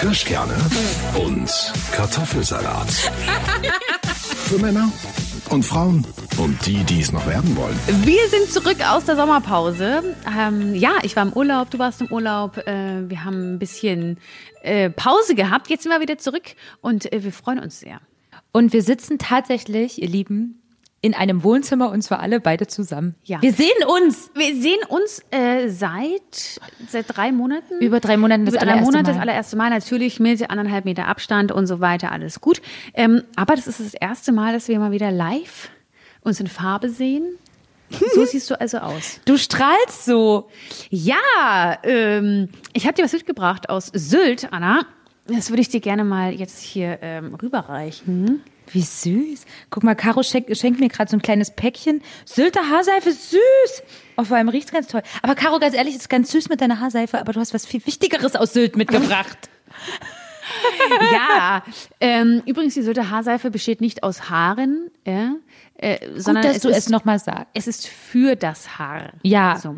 Kirschkerne und Kartoffelsalat. Für Männer und Frauen und die, die es noch werden wollen. Wir sind zurück aus der Sommerpause. Ähm, ja, ich war im Urlaub, du warst im Urlaub. Äh, wir haben ein bisschen äh, Pause gehabt. Jetzt sind wir wieder zurück und äh, wir freuen uns sehr. Und wir sitzen tatsächlich, ihr Lieben, in einem Wohnzimmer und zwar alle beide zusammen. Ja. Wir sehen uns Wir sehen uns äh, seit, seit drei Monaten. über drei Monate das Über drei allererste Monate das Mal. allererste Mal, natürlich mit anderthalb Meter Abstand und so weiter, alles gut. Ähm, aber das ist das erste Mal, dass wir mal wieder live uns in Farbe sehen. So siehst du also aus. Du strahlst so. Ja, ähm, ich habe dir was mitgebracht aus Sylt, Anna. Das würde ich dir gerne mal jetzt hier ähm, rüberreichen. Wie süß. Guck mal, Caro schenkt, schenkt mir gerade so ein kleines Päckchen. Sylter Haarseife, süß. Oh, vor allem riecht's ganz toll. Aber Caro, ganz ehrlich, ist ganz süß mit deiner Haarseife, aber du hast was viel Wichtigeres aus Sylt mitgebracht. Ja, ähm, übrigens, die Sylter Haarseife besteht nicht aus Haaren, äh, äh, Gut, sondern dass es, du ist, es nochmal sagst. es ist für das Haar. Ja. So.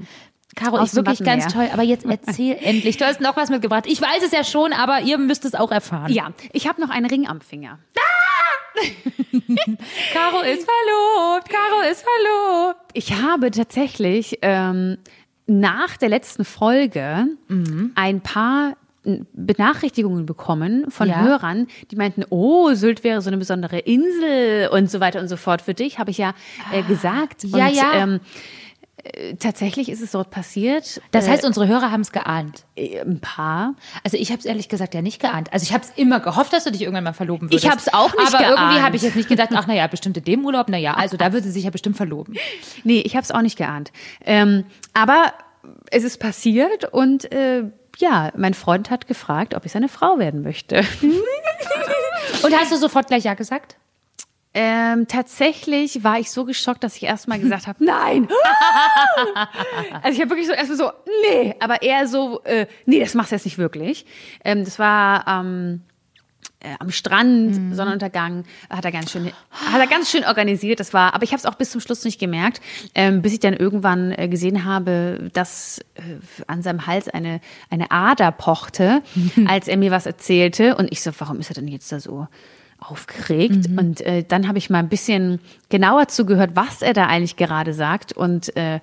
Caro, Aus ist dem wirklich ganz Wattenmeer. toll, aber jetzt erzähl endlich. Du hast noch was mitgebracht. Ich weiß es ja schon, aber ihr müsst es auch erfahren. Ja, ich habe noch einen Ring am Finger. Ah! Caro ist verlobt, Caro ist verlobt. Ich habe tatsächlich ähm, nach der letzten Folge Mhm. ein paar n, Benachrichtigungen bekommen von Ja. Hörern, die meinten, oh, Sylt wäre so eine besondere Insel und so weiter und so fort für dich, habe ich ja äh, gesagt. Ah. Ja, und, ja. Ähm, äh, tatsächlich ist es dort passiert. Das heißt, unsere Hörer haben es geahnt. äh, ein paar. Also ich habe es ehrlich gesagt ja nicht geahnt. Also ich habe es immer gehofft, dass du dich irgendwann mal verloben würdest. Ich hab's auch nicht Aber geahnt. irgendwie habe ich jetzt nicht gedacht, ach naja, bestimmt in dem Urlaub, naja, also da würde sie sich ja bestimmt verloben. Nee, ich habe es auch nicht geahnt. Ähm, aber es ist passiert und äh, ja, mein Freund hat gefragt, ob ich seine Frau werden möchte. Und hast du sofort gleich ja gesagt? Ähm, tatsächlich war ich so geschockt, dass ich erstmal gesagt habe, nein. also ich habe wirklich so erstmal so, nee, aber eher so, äh, nee, das machst du jetzt nicht wirklich. Ähm, das war ähm, äh, am Strand, Sonnenuntergang, hat er ganz schön, hat er ganz schön organisiert. Das war, aber ich habe es auch bis zum Schluss nicht gemerkt, ähm, bis ich dann irgendwann äh, gesehen habe, dass äh, an seinem Hals eine eine Ader pochte, als er mir was erzählte. Und ich so, warum ist er denn jetzt da so? aufgeregt und äh, dann habe ich mal ein bisschen genauer zugehört, was er da eigentlich gerade sagt und äh,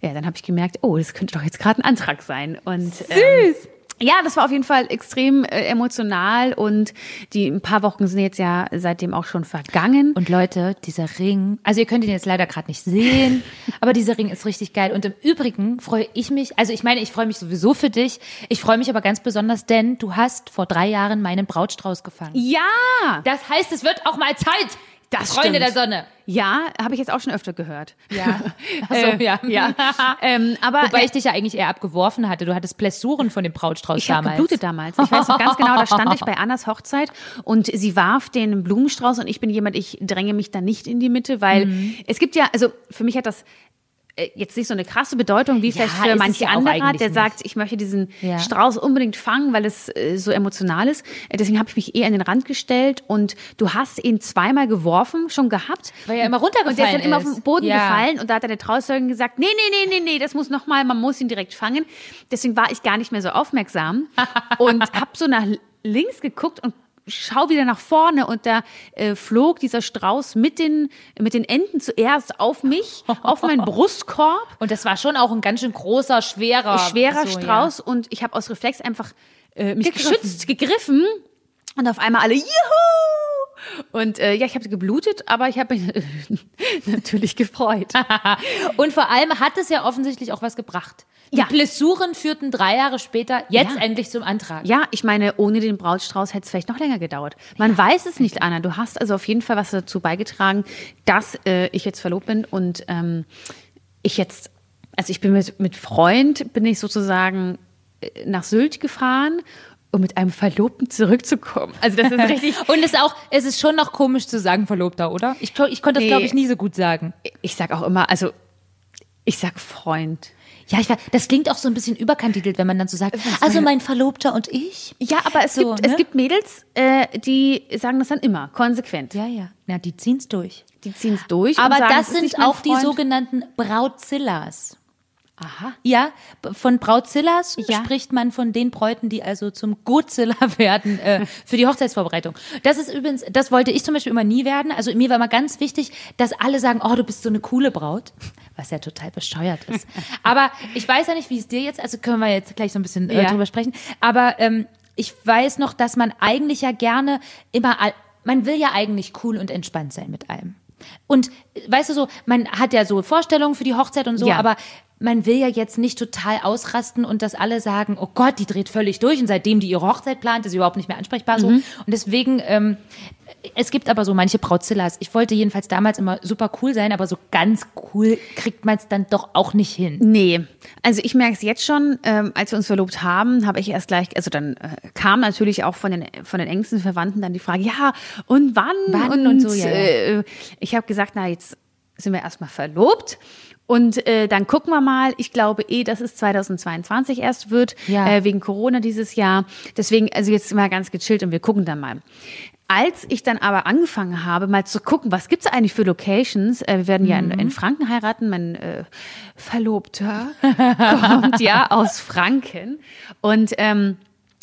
ja, dann habe ich gemerkt, oh, das könnte doch jetzt gerade ein Antrag sein und süß. Ähm, ja, das war auf jeden Fall extrem äh, emotional und die ein paar Wochen sind jetzt ja seitdem auch schon vergangen. Und Leute, dieser Ring, also ihr könnt ihn jetzt leider gerade nicht sehen, aber dieser Ring ist richtig geil. Und im Übrigen freue ich mich, also ich meine, ich freue mich sowieso für dich. Ich freue mich aber ganz besonders, denn du hast vor drei Jahren meinen Brautstrauß gefangen. ja, Das heißt, es wird auch mal Zeit. Das Freunde stimmt. der Sonne. ja, habe ich jetzt auch schon öfter gehört. Ja. Ach so, Äh, ja. ja. ähm, aber Wobei ich dich ja eigentlich eher abgeworfen hatte. Du hattest Blessuren von dem Brautstrauß Ich habe damals. geblutet damals. Ich weiß noch ganz genau, da stand ich bei Annas Hochzeit und sie warf den Blumenstrauß und ich bin jemand, ich dränge mich da nicht in die Mitte, weil Mhm. es gibt ja, also für mich hat das äh, jetzt nicht so eine krasse Bedeutung wie vielleicht ist für es manche ja auch andere, eigentlich der nicht. sagt, ich möchte diesen Ja. Strauß unbedingt fangen, weil es äh, so emotional ist. Äh, Deswegen habe ich mich eher an den Rand gestellt und du hast ihn zweimal geworfen, schon gehabt. Weil er immer Und der ist runtergefallen dann immer auf ist. den Boden Ja. gefallen und da hat dann der Trauzeugin gesagt, nee, nee, nee, nee, nee, das muss nochmal, man muss ihn direkt fangen. Deswegen war ich gar nicht mehr so aufmerksam und habe so nach links geguckt und schau wieder nach vorne und da äh, flog dieser Strauß mit den, mit den Enden zuerst auf mich, auf meinen Brustkorb Und das war schon auch ein ganz schön großer, schwerer. schwerer Ah, so, ja. Strauß und ich habe aus Reflex einfach äh, mich geschützt, gegriffen und auf einmal alle Juhu! Und äh, ja, ich habe geblutet, aber ich habe mich natürlich gefreut. Und vor allem hat es ja offensichtlich auch was gebracht. Die Ja. Blessuren führten drei Jahre später jetzt Ja. endlich zum Antrag. ja, ich meine, ohne den Brautstrauß hätte es vielleicht noch länger gedauert. Man weiß es nicht, Anna. Du hast also auf jeden Fall was dazu beigetragen, dass äh, ich jetzt verlobt bin und ähm, ich jetzt, also ich bin mit, mit Freund, bin ich sozusagen äh, nach Sylt gefahren, um mit einem Verlobten zurückzukommen. Also das ist richtig Und es ist auch, es ist schon noch komisch zu sagen Verlobter, oder? Ich, glaub- ich konnte das, Nee. glaube ich, nie so gut sagen. ich sag auch immer, also ich sag Freund. Ja, ich war, das klingt auch so ein bisschen überkandidelt, wenn man dann so sagt, also mein Verlobter und ich? Ja, aber es, So, gibt, ne? es gibt Mädels, äh, die sagen das dann immer, konsequent. Ja, ja. Na, die ziehen's durch. Die ziehen es durch. Aber und sagen, das es ist nicht sind mein auch die Freund. sogenannten Brautzillas. Aha. Ja, b- von Brautzillas Ja. spricht man von den Bräuten, die also zum Godzilla werden äh, für die Hochzeitsvorbereitung. Das ist übrigens, das wollte ich zum Beispiel immer nie werden. Also mir war immer ganz wichtig, dass alle sagen, oh, du bist so eine coole Braut. Was ja total bescheuert ist. Aber ich weiß ja nicht, wie es dir jetzt, also können wir jetzt gleich so ein bisschen äh, Ja. drüber sprechen. Aber ähm, ich weiß noch, dass man eigentlich ja gerne immer, all, man will ja eigentlich cool und entspannt sein mit allem. Und äh, weißt du so, man hat ja so Vorstellungen für die Hochzeit und so, Ja. aber man will ja jetzt nicht total ausrasten und dass alle sagen, oh Gott, die dreht völlig durch und seitdem die ihre Hochzeit plant, ist sie überhaupt nicht mehr ansprechbar so. Und deswegen, ähm, es gibt aber so manche Brautzillas. Ich wollte jedenfalls damals immer super cool sein, aber so ganz cool kriegt man es dann doch auch nicht hin. Nee, also ich merke es jetzt schon, ähm, als wir uns verlobt haben, habe ich erst gleich, also dann äh, kam natürlich auch von den, von den engsten Verwandten dann die Frage, ja, und wann? Wann und so, ja, ja. Äh, ich habe gesagt, na, jetzt sind wir erstmal verlobt. Und äh, dann gucken wir mal. Ich glaube eh, dass es 2022 erst wird, Ja. äh, wegen Corona dieses Jahr. Deswegen, also jetzt mal ganz gechillt und wir gucken dann mal. Als ich dann aber angefangen habe, mal zu gucken, was gibt's eigentlich für Locations? Äh, wir werden ja in, in Franken heiraten. Mein äh, Verlobter kommt ja aus Franken. Und ähm,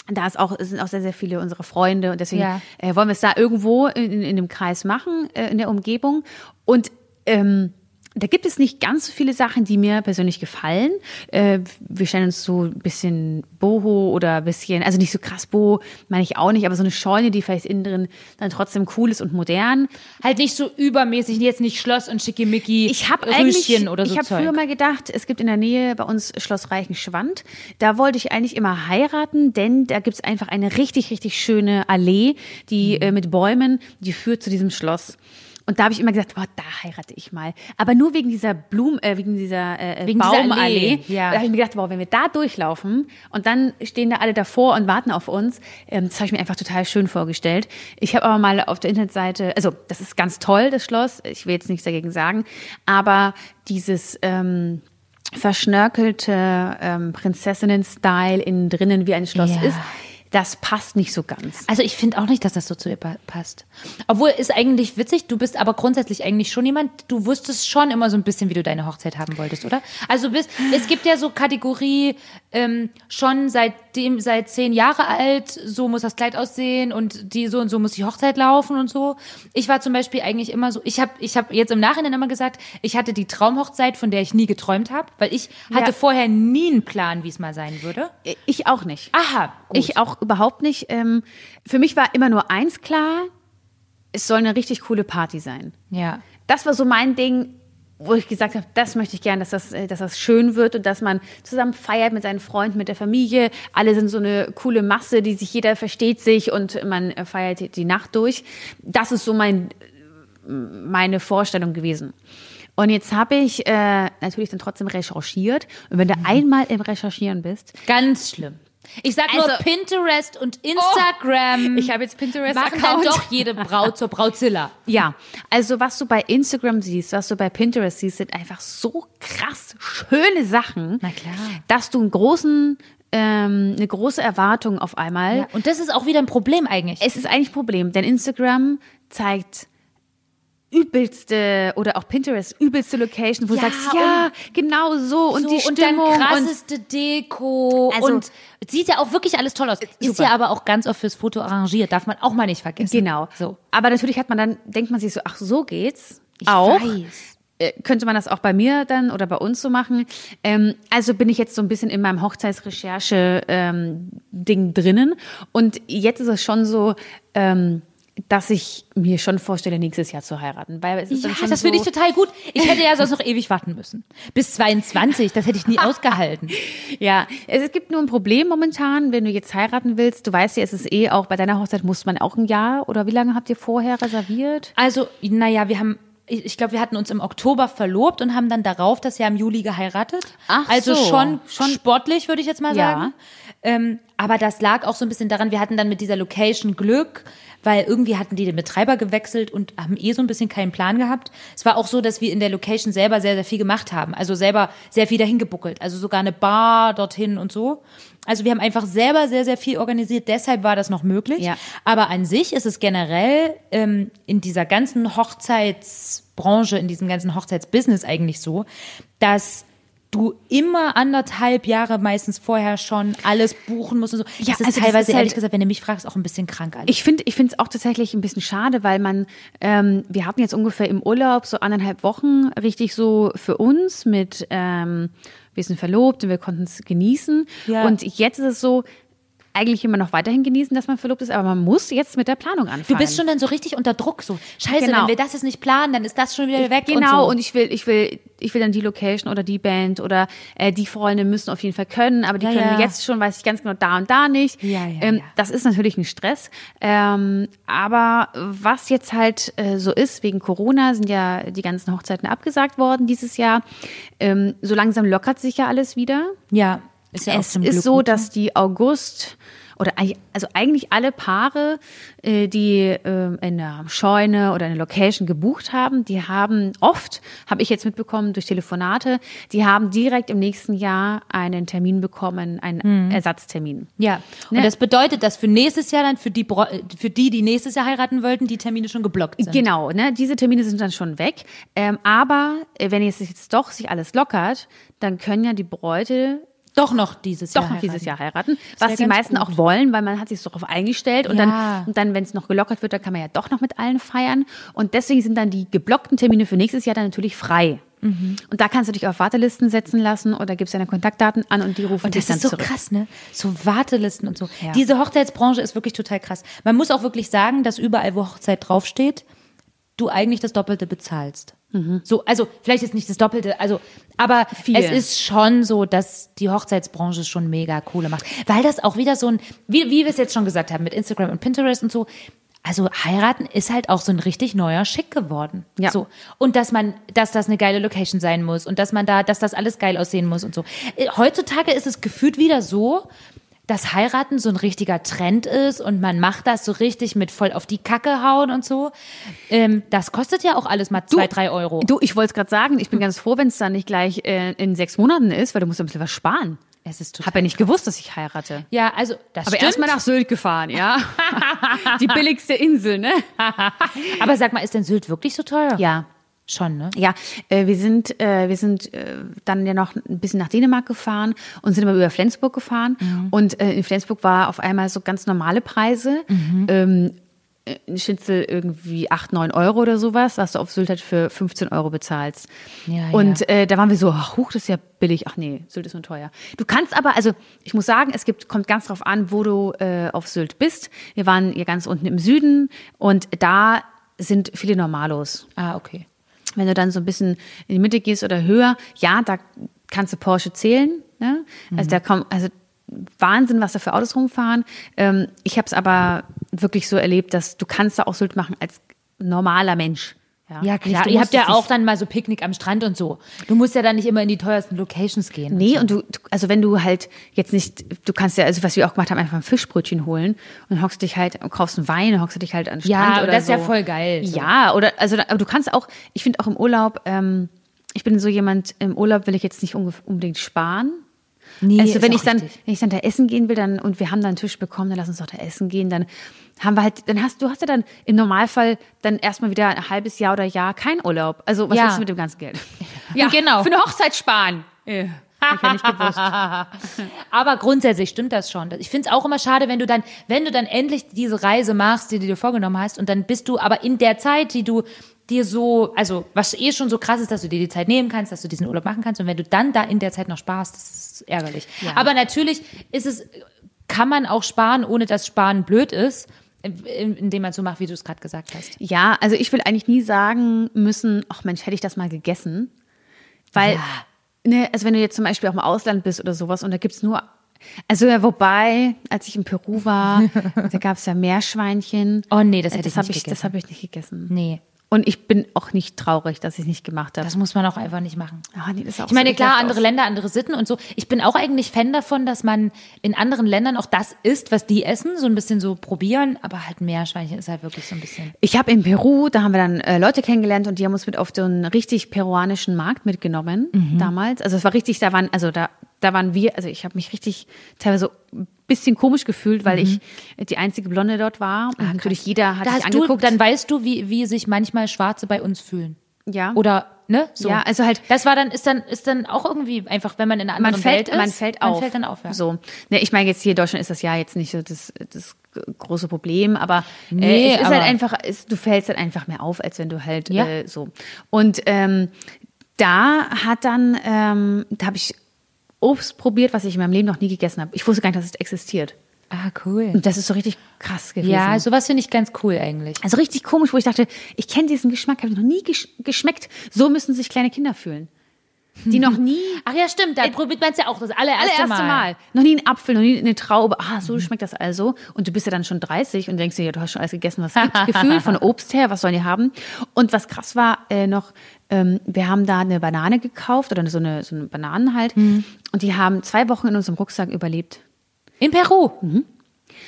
da ist auch, es sind auch sehr, sehr viele unserer Freunde. Und deswegen Ja. äh, wollen wir es da irgendwo in, in, in dem Kreis machen, äh, in der Umgebung. Und ähm, da gibt es nicht ganz so viele Sachen, die mir persönlich gefallen. Äh, wir stellen uns so ein bisschen Boho oder ein bisschen, also nicht so krass Boho, meine ich auch nicht, aber so eine Scheune, die vielleicht innen drin dann trotzdem cool ist und modern. Halt nicht so übermäßig, jetzt nicht Schloss und Schickimicki, Ich habe Rüschen eigentlich, oder so ich habe Zeug. früher mal gedacht, es gibt in der Nähe bei uns Schloss Reichenschwand. Da wollte ich eigentlich immer heiraten, denn da gibt's einfach eine richtig, richtig schöne Allee, die Mhm. äh, mit Bäumen, die führt zu diesem Schloss. Und da habe ich immer gesagt, boah, da heirate ich mal. Aber nur wegen dieser Blum, äh, wegen dieser äh, Wegen dieser Baumallee. Allee, ja. Da habe ich mir gedacht, boah, wenn wir da durchlaufen und dann stehen da alle davor und warten auf uns, ähm, das habe ich mir einfach total schön vorgestellt. Ich habe aber mal auf der Internetseite, also das ist ganz toll, das Schloss, ich will jetzt nichts dagegen sagen, aber dieses ähm, verschnörkelte ähm, Prinzessinnen-Style innen drinnen, wie ein Schloss Ja. ist, das passt nicht so ganz. Also ich finde auch nicht, dass das so zu ihr pa- passt. Obwohl, ist eigentlich witzig, du bist aber grundsätzlich eigentlich schon jemand, du wusstest schon immer so ein bisschen, wie du deine Hochzeit haben wolltest, oder? Also du bist, es gibt ja so Kategorie, ähm, schon seitdem, seit zehn Jahre alt, so muss das Kleid aussehen und die so und so muss die Hochzeit laufen und so. Ich war zum Beispiel eigentlich immer so, ich habe ich hab jetzt im Nachhinein immer gesagt, ich hatte die Traumhochzeit, von der ich nie geträumt habe, weil ich hatte Ja. vorher nie einen Plan, wie es mal sein würde. Ich auch nicht. Aha, gut. Ich auch überhaupt nicht. Ähm, für mich war immer nur eins klar, es soll eine richtig coole Party sein. ja. das war so mein Ding, wo ich gesagt habe, das möchte ich gerne, dass das, äh, dass das schön wird und dass man zusammen feiert mit seinen Freunden, mit der Familie. Alle sind so eine coole Masse, die sich jeder versteht sich und man äh, feiert die- die Nacht durch. Das ist so mein, meine Vorstellung gewesen. Und jetzt habe ich äh, natürlich dann trotzdem recherchiert. Und wenn du einmal im Recherchieren bist, Ganz schlimm. Ich sag nur Also- Pinterest und Instagram. ich habe jetzt Pinterest machen dann Account. doch jede Braut zur Brautzilla. Ja, also was du bei Instagram siehst, was du bei Pinterest siehst, sind einfach so krass schöne Sachen, Na klar. dass du einen großen, ähm, eine große Erwartung auf einmal. Ja, und das ist auch wieder ein Problem eigentlich. Es ist eigentlich ein Problem, denn Instagram zeigt übelste oder auch Pinterest übelste Location, wo Ja, du sagst, ja, genau so und so, die und dann Stimmung und krasseste Deko Also- und sieht ja auch wirklich alles toll aus. Ist super. ja aber auch ganz oft fürs Foto arrangiert, darf man auch mal nicht vergessen. Genau. So. Aber natürlich hat man dann, denkt man sich so, ach, so geht's. Ich auch. weiß. Äh, Könnte man das auch bei mir dann oder bei uns so machen? Ähm, also bin ich jetzt so ein bisschen in meinem Hochzeitsrecherche-Ding drinnen. Und jetzt ist es schon so, ähm, dass ich mir schon vorstelle, nächstes Jahr zu heiraten. Weil es ist Ja, dann schon das so, finde ich total gut. Ich hätte ja sonst noch ewig warten müssen. Bis 22, das hätte ich nie ausgehalten. Ja, es, es gibt nur ein Problem momentan, wenn du jetzt heiraten willst. Du weißt ja, es ist eh auch bei deiner Hochzeit muss man auch ein Jahr oder wie lange habt ihr vorher reserviert? Also, naja, wir haben, ich, ich glaube, wir hatten uns im Oktober verlobt und haben dann darauf das Jahr im Juli geheiratet. Ach also so. schon, schon sportlich, würde ich jetzt mal Ja. sagen. Ähm, aber das lag auch so ein bisschen daran, wir hatten dann mit dieser Location Glück, weil irgendwie hatten die den Betreiber gewechselt und haben eh so ein bisschen keinen Plan gehabt. Es war auch so, dass wir in der Location selber sehr, sehr viel gemacht haben. Also selber sehr viel dahin gebuckelt. Also sogar eine Bar dorthin und so. Also wir haben einfach selber sehr, sehr viel organisiert. Deshalb war das noch möglich. Ja. Aber an sich ist es generell ähm, in dieser ganzen Hochzeitsbranche, in diesem ganzen Hochzeitsbusiness eigentlich so, dass du immer anderthalb Jahre meistens vorher schon alles buchen musst und so. Ja, das ist also das teilweise, ist halt- ehrlich gesagt, wenn du mich fragst, auch ein bisschen krank alles. Ich finde, ich finde es auch tatsächlich ein bisschen schade, weil man, ähm, wir hatten jetzt ungefähr im Urlaub so anderthalb Wochen richtig so für uns mit, ähm, wir sind verlobt und wir konnten es genießen. Ja. Und jetzt ist es so, eigentlich immer noch weiterhin genießen, dass man verlobt ist, aber man muss jetzt mit der Planung anfangen. Du bist schon dann so richtig unter Druck, so, scheiße, Genau. wenn wir das jetzt nicht planen, dann ist das schon wieder weg Genau, und so. und ich will, ich will, ich will dann die Location oder die Band oder äh, die Freunde müssen auf jeden Fall können, aber die Ja, können ja. jetzt schon, weiß ich ganz genau, da und da nicht. Ja, ja, ähm, ja. Das ist natürlich ein Stress. Ähm, aber was jetzt halt äh, so ist, wegen Corona sind ja die ganzen Hochzeiten abgesagt worden dieses Jahr. Ähm, so langsam lockert sich ja alles wieder. ja, ist ja auch Es zum Glück ist so, gut. ne? dass die August oder eigentlich- also eigentlich alle Paare, äh, die ähm, in der Scheune oder in der Location gebucht haben, die haben oft, habe ich jetzt mitbekommen durch Telefonate, die haben direkt im nächsten Jahr einen Termin bekommen, einen Ersatztermin. Ja, und Ne? das bedeutet, dass für nächstes Jahr dann für die, Bro- äh, für die, die nächstes Jahr heiraten wollten, die Termine schon geblockt sind. Genau, ne? diese Termine sind dann schon weg. Ähm, aber äh, wenn jetzt, jetzt doch sich alles lockert, dann können ja die Bräute Doch noch dieses doch Jahr. noch dieses heiraten. Jahr heiraten, wär was die ganz meisten gut. auch wollen, weil man hat sich so darauf eingestellt und Ja. dann und dann wenn es noch gelockert wird, dann kann man ja doch noch mit allen feiern und deswegen sind dann die geblockten Termine für nächstes Jahr dann natürlich frei. Mhm. Und da kannst du dich auf Wartelisten setzen lassen oder gibst deine Kontaktdaten an und die rufen Und dich das dann ist so zurück. krass, ne? So Wartelisten und so. Ja. Diese Hochzeitsbranche ist wirklich total krass. Man muss auch wirklich sagen, dass überall, wo Hochzeit draufsteht, du eigentlich das Doppelte bezahlst. So, also vielleicht ist nicht das Doppelte, also, aber Mhm. Viel. es ist schon so, dass die Hochzeitsbranche schon mega Kohle macht. Weil das auch wieder so ein, wie, wie wir es jetzt schon gesagt haben, mit Instagram und Pinterest und so, also heiraten ist halt auch so ein richtig neuer Schick geworden. Ja. So. Und dass man, dass das eine geile Location sein muss und dass man da, dass das alles geil aussehen muss und so. Äh, Heutzutage ist es gefühlt wieder so, dass heiraten so ein richtiger Trend ist und man macht das so richtig mit voll auf die Kacke hauen und so. Ähm, das kostet ja auch alles mal zwei, drei Euro. Oh. Du, ich wollte es gerade sagen, Hm. ich bin ganz froh, wenn es dann nicht gleich äh, in sechs Monaten ist, weil du musst ein bisschen was sparen. Es ist total. Habe ja nicht gewusst, dass ich heirate. Ja, also das Aber stimmt. erstmal nach Sylt gefahren, ja. die billigste Insel, ne? Aber sag mal, ist denn Sylt wirklich so teuer? Ja, Schon, ne? Ja, äh, wir sind, äh, wir sind äh, dann ja noch ein bisschen nach Dänemark gefahren und sind aber über Flensburg gefahren. Mhm. Und äh, in Flensburg war auf einmal so ganz normale Preise. Mhm. Ähm, äh, ein Schnitzel irgendwie 8, 9 Euro oder sowas, was du auf Sylt halt für 15 Euro bezahlst. Ja, und ja. Äh, da waren wir so, ach, huch, das ist ja billig. Ach nee, Sylt ist nur teuer. Du kannst aber, also ich muss sagen, es gibt, kommt ganz drauf an, wo du äh, auf Sylt bist. Wir waren ja ganz unten im Süden und da sind viele Normalos Ah, okay. wenn du dann so ein bisschen in die Mitte gehst oder höher, ja, da kannst du Porsche zählen. Ne? Also Mhm. da kommen, also Wahnsinn, was da für Autos rumfahren. Ähm, ich habe es aber wirklich so erlebt, dass du kannst da auch Sylt machen als normaler Mensch. Ja, klar. Du Ihr musst habt ja es nicht- auch dann mal so Picknick am Strand und so. Du musst ja dann nicht immer in die teuersten Locations gehen. Nee, und du, du- also wenn du halt jetzt nicht, du kannst ja, also was wir auch gemacht haben, einfach ein Fischbrötchen holen und dann hockst dich halt, und kaufst einen Wein, dann hockst du dich halt an den Ja, Strand und oder das ist so. ja voll geil, so. Ja, oder, also, aber du kannst auch, ich finde auch im Urlaub, ähm, ich bin so jemand, im Urlaub will ich jetzt nicht unge- unbedingt sparen. Nee, also ist wenn auch ich dann, richtig. wenn ich dann da essen gehen will, dann, und wir haben dann einen Tisch bekommen, dann lass uns doch da essen gehen, dann haben wir halt, dann hast, du hast ja dann im Normalfall dann erstmal wieder ein halbes Jahr oder Jahr kein Urlaub. Also was Ja. willst du mit dem ganzen Geld? genau. Für eine Hochzeit sparen. Äh, hab ich ja nicht gewusst. Aber grundsätzlich stimmt das schon. Ich finde es auch immer schade, wenn du dann, wenn du dann endlich diese Reise machst, die du dir vorgenommen hast, und dann bist du aber in der Zeit, die du dir so, also was eh schon so krass ist, dass du dir die Zeit nehmen kannst, dass du diesen Urlaub machen kannst, und wenn du dann da in der Zeit noch sparst, das ist ärgerlich. Aber natürlich ist es, kann man auch sparen, ohne dass Sparen blöd ist, in- in- indem man so macht, wie du es gerade gesagt hast. Ja, also ich will eigentlich nie sagen müssen, ach Mensch, hätte ich das mal gegessen. Weil, ne, also wenn du jetzt zum Beispiel auch im Ausland bist oder sowas und da gibt's nur, also ja, wobei, als ich in Peru war, da gab's ja Meerschweinchen. Oh nee, das hätte ich hab nicht Das gegessen. habe ich nicht gegessen. Nee, Und ich bin auch nicht traurig, dass ich nicht gemacht habe. das muss man auch einfach nicht machen. Ah, nee, das sah auch Ich meine, so klar, ekelhaft andere aus. Länder, andere Sitten und so. Ich bin auch eigentlich Fan davon, dass man in anderen Ländern auch das isst, was die essen, so ein bisschen so probieren, aber halt Meerschweinchen ist halt wirklich so ein bisschen. Ich habe in Peru, da haben wir dann äh, Leute kennengelernt und die haben uns mit auf den richtig peruanischen Markt mitgenommen Mhm. damals. Also es war richtig, da waren, also da, da waren wir, also ich habe mich richtig teilweise ein bisschen komisch gefühlt, weil ich die einzige Blonde dort war. Und natürlich jeder hat Mhm. Ah, Da sich hast du, angeguckt. dann weißt du, wie, wie sich manchmal Schwarze bei uns fühlen. Ja. Oder ne? So. Ja, also halt- Das war dann ist dann ist dann auch irgendwie einfach, wenn man in einer anderen man fällt, Welt ist, man fällt man auf. fällt dann auf. Ja. So, ne, ich meine jetzt hier in Deutschland ist das ja jetzt nicht so das, das große Problem, aber Nee, äh, es ist aber- halt einfach, es, du fällst halt einfach mehr auf, als wenn du halt Ja. äh, so. Und ähm, da hat dann, ähm, da habe ich Obst probiert, was ich in meinem Leben noch nie gegessen habe. Ich wusste gar nicht, dass es existiert. Ah cool. Und das ist so richtig krass gewesen. Ja, sowas finde ich ganz cool eigentlich. Also richtig komisch, wo ich dachte, ich kenne diesen Geschmack, habe ich noch nie gesch geschmeckt. So müssen sich kleine Kinder fühlen. Die noch nie. Ach ja, stimmt, da probiert man es ja auch das allererste, allererste Mal. Äh, Mal. Noch nie einen Apfel, noch nie eine Traube. Ah, so schmeckt das also. Und du bist ja dann schon 30 und denkst dir, ja, du hast schon alles gegessen, was es gibt. Gefühl von Obst her, was sollen die haben? Und was krass war äh, noch, ähm, wir haben da eine Banane gekauft oder so eine, so eine Bananen halt. Hm. Und die haben zwei Wochen in unserem Rucksack überlebt. In Peru.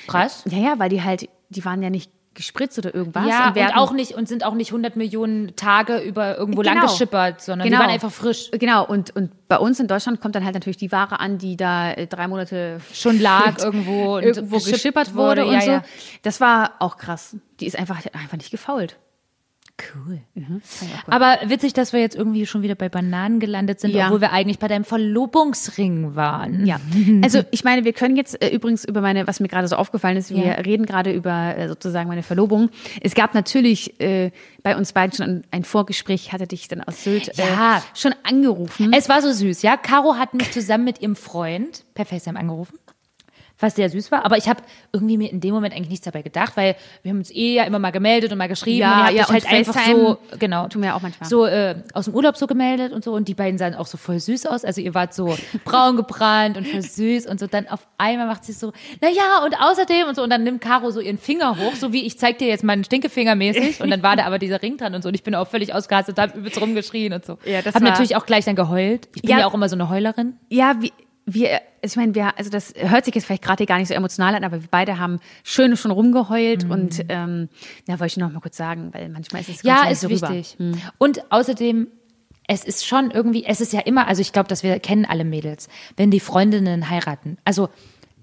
Krass. Ja, ja, weil die halt, die waren ja nicht gespritzt oder irgendwas. Ja, und, werden- auch nicht und sind auch nicht 100 Millionen Tage über irgendwo lang Genau. geschippert, sondern die waren einfach frisch. Genau, und, und bei uns in Deutschland kommt dann halt natürlich die Ware an, die da äh, drei Monate Schon lag irgendwo und irgendwo geschippt geschippert wurde, wurde, und ja, so. ja. Das war auch krass. Die ist einfach, die hat einfach nicht gefault. Cool. Mhm. Aber witzig, dass wir jetzt irgendwie schon wieder bei Bananen gelandet sind, Ja. obwohl wir eigentlich bei deinem Verlobungsring waren. Ja. Also ich meine, wir können jetzt äh, übrigens über meine, was mir gerade so aufgefallen ist, wir Ja. reden gerade über äh, sozusagen meine Verlobung. Es gab natürlich äh, bei uns beiden schon ein, ein Vorgespräch, ich hatte dich dann aus Sylt äh, Ja. Äh, schon angerufen. Es war so süß, ja. Caro hat mich zusammen mit ihrem Freund per FaceTime angerufen, was sehr süß war. Aber ich habe irgendwie mir in dem Moment eigentlich nichts dabei gedacht, weil wir haben uns eh ja immer mal gemeldet und mal geschrieben. Ja, und ihr ja, habt euch halt und einfach FaceTime so, genau. tun wir auch manchmal. So äh, aus dem Urlaub so gemeldet und so. Und die beiden sahen auch so voll süß aus. Also ihr wart so braun gebrannt und voll süß und so. Dann auf einmal macht sie so, naja, und außerdem und so. Und dann nimmt Caro so ihren Finger hoch, so wie ich zeig dir jetzt meinen Stinkefinger mäßig. Und dann war da aber dieser Ring dran und so. Und ich bin auch völlig ausgerastet, hab übelst rumgeschrien und so. Ja, das hab war- natürlich auch gleich dann geheult. Ich bin Ja. ja, auch immer so eine Heulerin. Ja, wir, wir, also ich meine, wir, also das hört sich jetzt vielleicht gerade gar nicht so emotional an, aber wir beide haben schön schon rumgeheult Mhm. und ähm, na, wollte ich noch mal kurz sagen, weil manchmal ist es kommt Ja, es nicht ist so Hm. wichtig. Und außerdem, es ist schon irgendwie, es ist ja immer, also ich glaube, dass wir kennen alle Mädels, wenn die Freundinnen heiraten. Also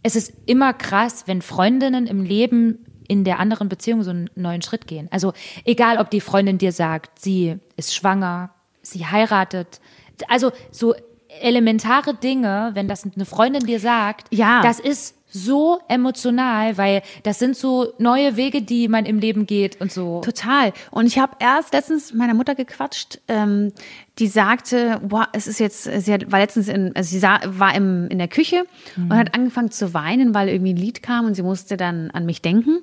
es ist immer krass, wenn Freundinnen im Leben in der anderen Beziehung so einen neuen Schritt gehen. Also egal, ob die Freundin dir sagt, sie ist schwanger, sie heiratet. Also so elementare Dinge, wenn das eine Freundin dir sagt, Ja. das ist so emotional, weil das sind so neue Wege, die man im Leben geht und so. Total. Und ich habe erst letztens mit meiner Mutter gequatscht, ähm, die sagte, boah, es ist jetzt, sie hat, war letztens in, also sie sah, war im, in der Küche und hat angefangen zu weinen, weil irgendwie ein Lied kam und sie musste dann an mich denken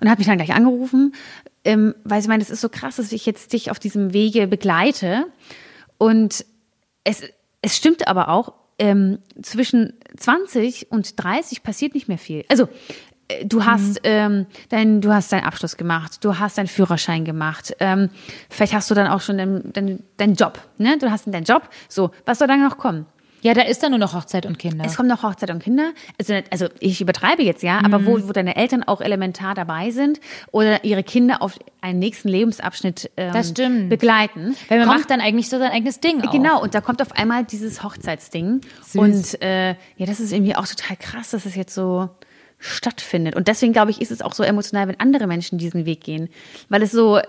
und hat mich dann gleich angerufen, ähm, weil sie meint, es ist so krass, dass ich jetzt dich auf diesem Wege begleite. Und es, es stimmt aber auch, ähm, zwischen 20 und 30 passiert nicht mehr viel. Also äh, Mhm. Du hast, ähm, dein, du hast deinen Abschluss gemacht, du hast deinen Führerschein gemacht, ähm, vielleicht hast du dann auch schon deinen deinen deinen Job, ne? Du hast deinen Job, so, was soll dann noch kommen? Ja, da ist dann nur noch Hochzeit und Kinder. Es kommen noch Hochzeit und Kinder. Also, also ich übertreibe jetzt, ja, aber Mhm. wo, wo deine Eltern auch elementar dabei sind oder ihre Kinder auf einen nächsten Lebensabschnitt ähm, Das stimmt. begleiten. Weil man kommt- macht dann eigentlich so sein eigenes Ding. Auch. Genau, und da kommt auf einmal dieses Hochzeitsding. Und äh, ja, das ist irgendwie auch total krass, dass es jetzt so stattfindet. Und deswegen, glaube ich, ist es auch so emotional, wenn andere Menschen diesen Weg gehen. Weil es so,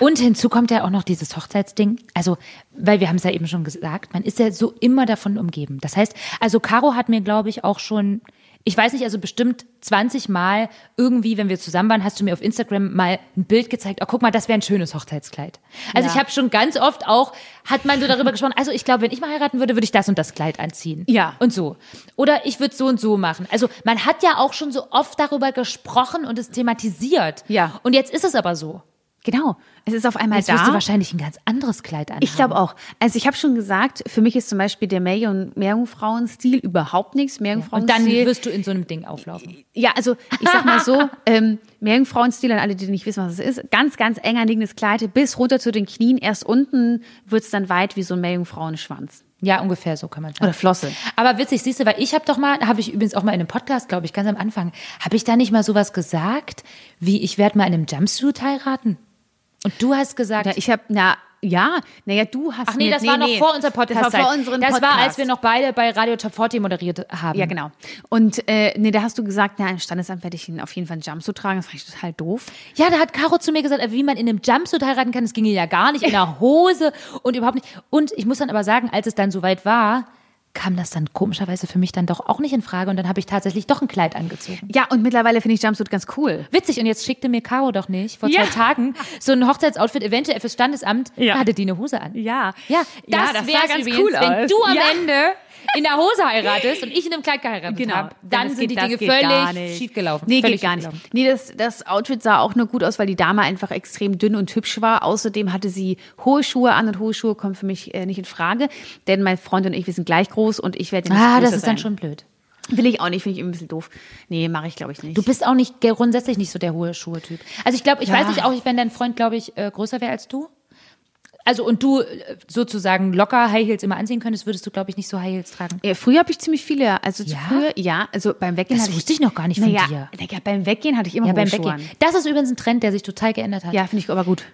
Und hinzu kommt ja auch noch dieses Hochzeitsding. Also, weil wir haben es ja eben schon gesagt, man ist ja so immer davon umgeben. Das heißt, also Caro hat mir, glaube ich, auch schon, ich weiß nicht, also bestimmt 20 Mal irgendwie, wenn wir zusammen waren, hast du mir auf Instagram mal ein Bild gezeigt, oh, guck mal, das wäre ein schönes Hochzeitskleid. Also Ja. ich habe schon ganz oft auch, hat man so darüber gesprochen, also ich glaube, wenn ich mal heiraten würde, würde ich das und das Kleid anziehen. Ja. Und so. Oder ich würde so und so machen. Also man hat ja auch schon so oft darüber gesprochen und es thematisiert. Ja. Und jetzt ist es aber so. genau, es ist auf einmal Jetzt wirst du da. wahrscheinlich ein ganz anderes Kleid anhaben. Ich glaube auch. Also ich habe schon gesagt, für mich ist zum Beispiel der Meer- und Meerjungfrauenstil überhaupt nichts. Und dann Meerjungfrauenstil wirst du in so einem Ding auflaufen. Ja, also ich sag mal so, ähm, Meerjungfrauenstil an alle, die nicht wissen, was es ist. Ganz, ganz eng anliegendes Kleid bis runter zu den Knien. Erst unten wird's dann weit wie so ein Meerjungfrauenschwanz. Ja, ungefähr so kann man sagen. Oder Flosse. Aber witzig, siehst du, weil ich habe doch mal, habe ich übrigens auch mal in einem Podcast, glaube ich, ganz am Anfang, habe ich da nicht mal sowas gesagt, wie ich werde mal in einem Jumpsuit heiraten? Und du hast gesagt, Ja, ich habe, na, ja, naja, du hast Ach nee, mir- das war noch vor unserem Podcast. Das war vor unserem Das Podcast. war, als wir noch beide bei Radio Top 40 moderiert haben. Ja, genau. Und äh, nee, da hast du gesagt, na, im Standesamt werde ich ihn auf jeden Fall einen Jumpsuit tragen. Das fand ich total doof. Ja, da hat Caro zu mir gesagt, äh, wie man in einem Jumpsuit heiraten kann. Das ging ihr ja gar nicht, in einer Hose und überhaupt nicht. Und ich muss dann aber sagen, als es dann soweit war, kam das dann komischerweise für mich dann doch auch nicht in Frage und dann habe ich tatsächlich doch ein Kleid angezogen. Ja, und mittlerweile finde ich Jumpsuit ganz cool. Witzig, und jetzt schickte mir Caro doch nicht vor Ja. zwei Tagen so ein Hochzeitsoutfit, eventuell fürs Standesamt, Ja. hatte die eine Hose an. Ja. Ja, das, Ja, das sah wäre ganz übrigens, cool wenn aus. du am Ja. Ende in der Hose heiratest und ich in einem Kleid geheiratet Genau. habe, Das dann sind geht- die das Dinge geht gar völlig nicht. schiefgelaufen. Nee, völlig geht gar nicht. schiefgelaufen. Nee, das, das Outfit sah auch nur gut aus, weil die Dame einfach extrem dünn und hübsch war. Außerdem hatte sie hohe Schuhe an und hohe Schuhe kommen für mich äh, nicht in Frage, denn mein Freund und ich, wir sind gleich groß und ich werde ja nicht Ah, größer das ist dann sein. schon blöd. Will ich auch nicht, finde ich eben ein bisschen doof. Nee, mache ich glaube ich nicht. Du bist auch nicht grundsätzlich nicht so der hohe Schuhe-Typ. Also ich glaube, ich Ja. weiß nicht, auch wenn dein Freund, glaube ich, äh, größer wäre als du. Also und du äh, sozusagen locker High Heels immer anziehen könntest, würdest du, glaube ich, nicht so High Heels tragen. Ja, früher habe ich ziemlich viele, also zu Ja? früher, ja, also beim Weggehen Das hatte wusste ich noch gar nicht von naja, dir. Naja, beim Weggehen hatte ich immer Ja, hohe beim Schuhe Weggehen. an. Das ist übrigens ein Trend, der sich total geändert hat. Ja, finde ich aber gut.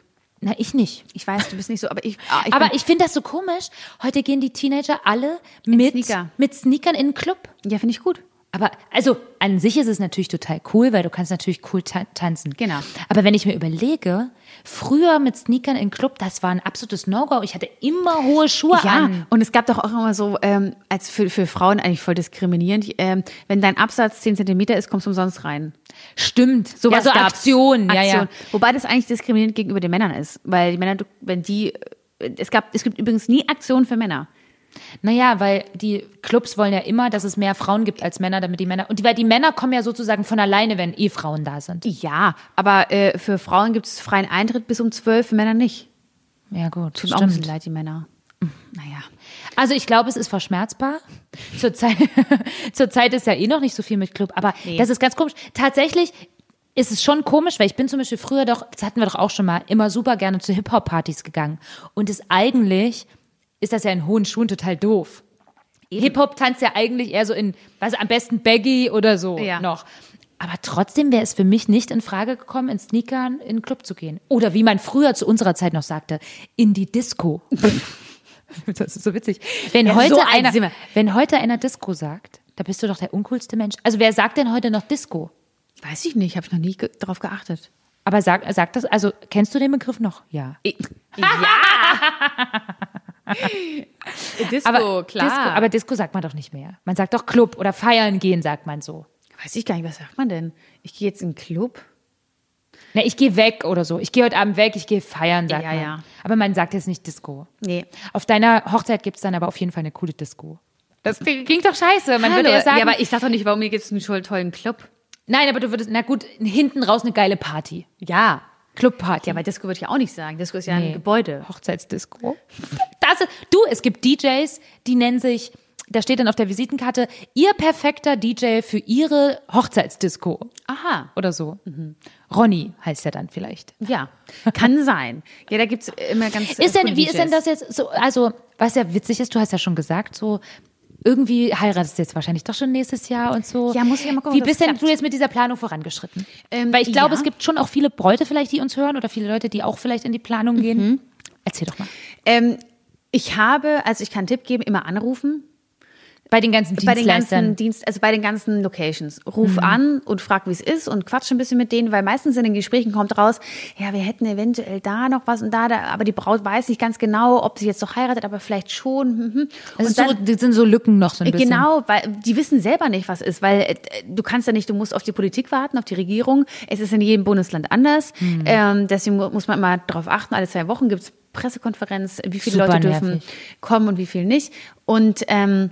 Na, ich nicht. Ich weiß, du bist nicht so, aber ich, ah, ich Aber bin, ich finde das so komisch. Heute gehen die Teenager alle mit, Sneaker. mit Sneakern in den Club. ja, finde ich gut. Aber also an sich ist es natürlich total cool, weil du kannst natürlich cool ta tanzen. Genau. Aber wenn ich mir überlege, früher mit Sneakern im Club, das war ein absolutes No-Go. Ich hatte immer hohe Schuhe Ja, an. und es gab doch auch immer so, ähm, als für, für Frauen eigentlich voll diskriminierend, ähm, wenn dein Absatz 10 Zentimeter ist, kommst du umsonst rein. Stimmt. So ja, was so Aktionen. Ja, ja. Wobei das eigentlich diskriminierend gegenüber den Männern ist, weil die Männer, du- wenn die, es gab, es gibt übrigens nie Aktionen für Männer. Naja, weil die Clubs wollen ja immer, dass es mehr Frauen gibt als Männer, damit die Männer. Und die, weil die Männer kommen ja sozusagen von alleine, wenn eh Frauen da sind. Ja, aber äh, für Frauen gibt es freien Eintritt bis um 12, für Männer nicht. Ja, gut. Tut mir auch ein bisschen Stimmt. leid, die Männer. Naja. Also ich glaube, es ist verschmerzbar. Zurzeit, zurzeit ist ja eh noch nicht so viel mit Club, aber das ist ganz komisch. Tatsächlich ist es schon komisch, weil ich bin zum Beispiel früher doch, das hatten wir doch auch schon mal, immer super gerne zu Hip-Hop-Partys gegangen. Und ist eigentlich, ist das ja in hohen Schuhen total doof. Hip-Hop tanzt ja eigentlich eher so in, was am besten Baggy oder so Ja. noch. Aber trotzdem wäre es für mich nicht in Frage gekommen, in Sneakern in den Club zu gehen. Oder wie man früher zu unserer Zeit noch sagte, in die Disco. Das ist so witzig. Wenn, Ja, heute so alt sind einer, wir. wenn heute einer Disco sagt, da bist du doch der uncoolste Mensch. Also wer sagt denn heute noch Disco? Weiß ich nicht, habe ich noch nie ge drauf geachtet. Aber sag, sag das, also kennst du den Begriff noch? Ja. Disco, Disco, aber Disco sagt man doch nicht mehr. Man sagt doch Club oder feiern gehen, sagt man so. Weiß ich gar nicht, was sagt man denn? Ich gehe jetzt in den Club. Na, ich gehe weg oder so. Ich gehe heute Abend weg, ich gehe feiern, sagt Ja, man. ja. Aber man sagt jetzt nicht Disco. Nee. Auf deiner Hochzeit gibt es dann aber auf jeden Fall eine coole Disco. Das klingt doch scheiße. Man würde ja sagen, aber ich sag doch nicht, warum mir gibt es einen schönen, tollen Club. nein, aber du würdest, na gut, hinten raus eine geile Party. Ja. Clubparty. Ja, aber Disco würde ich ja auch nicht sagen. Disco ist ja Nee. ein Gebäude. Hochzeitsdisco. Das ist, du, es gibt DJs, die nennen sich, da steht dann auf der Visitenkarte, ihr perfekter DJ für ihre Hochzeitsdisco Ah. Aha. oder so. Mhm. Ronny heißt er dann vielleicht. Ja, kann sein. Ja, da gibt es immer ganz äh, Ist denn, coole wie ist denn DJs. das jetzt so, also, was ja witzig ist, du hast ja schon gesagt, so, irgendwie heiratest du jetzt wahrscheinlich doch schon nächstes Jahr und so. Ja, muss ich ja mal gucken, Wie ob bist das denn klappt. du jetzt mit dieser Planung vorangeschritten? Ähm, Weil ich glaube, ja. es gibt schon auch viele Bräute vielleicht, die uns hören oder viele Leute, die auch vielleicht in die Planung gehen. Mhm. Erzähl doch mal. Ähm, ich habe, also ich kann einen Tipp geben, immer anrufen. Bei den ganzen Bei den Dienstleistern. Mhm. ganzen Dienst, also bei den ganzen Locations. Ruf an und frag, wie es ist und quatsch ein bisschen mit denen, weil meistens in den Gesprächen kommt raus, ja, wir hätten eventuell da noch was und da, da aber die Braut weiß nicht ganz genau, ob sie jetzt noch heiratet, aber vielleicht schon. Mhm. Das Und ist so, das sind so Lücken noch so ein bisschen. Genau, weil die wissen selber nicht, was ist, weil äh, du kannst ja nicht, du musst auf die Politik warten, auf die Regierung. Es ist in jedem Bundesland anders. Mhm. Ähm, deswegen mu- muss man immer darauf achten, alle zwei Wochen gibt's Pressekonferenz, wie viele Super Leute dürfen nervig. kommen und wie viele nicht. Und ähm,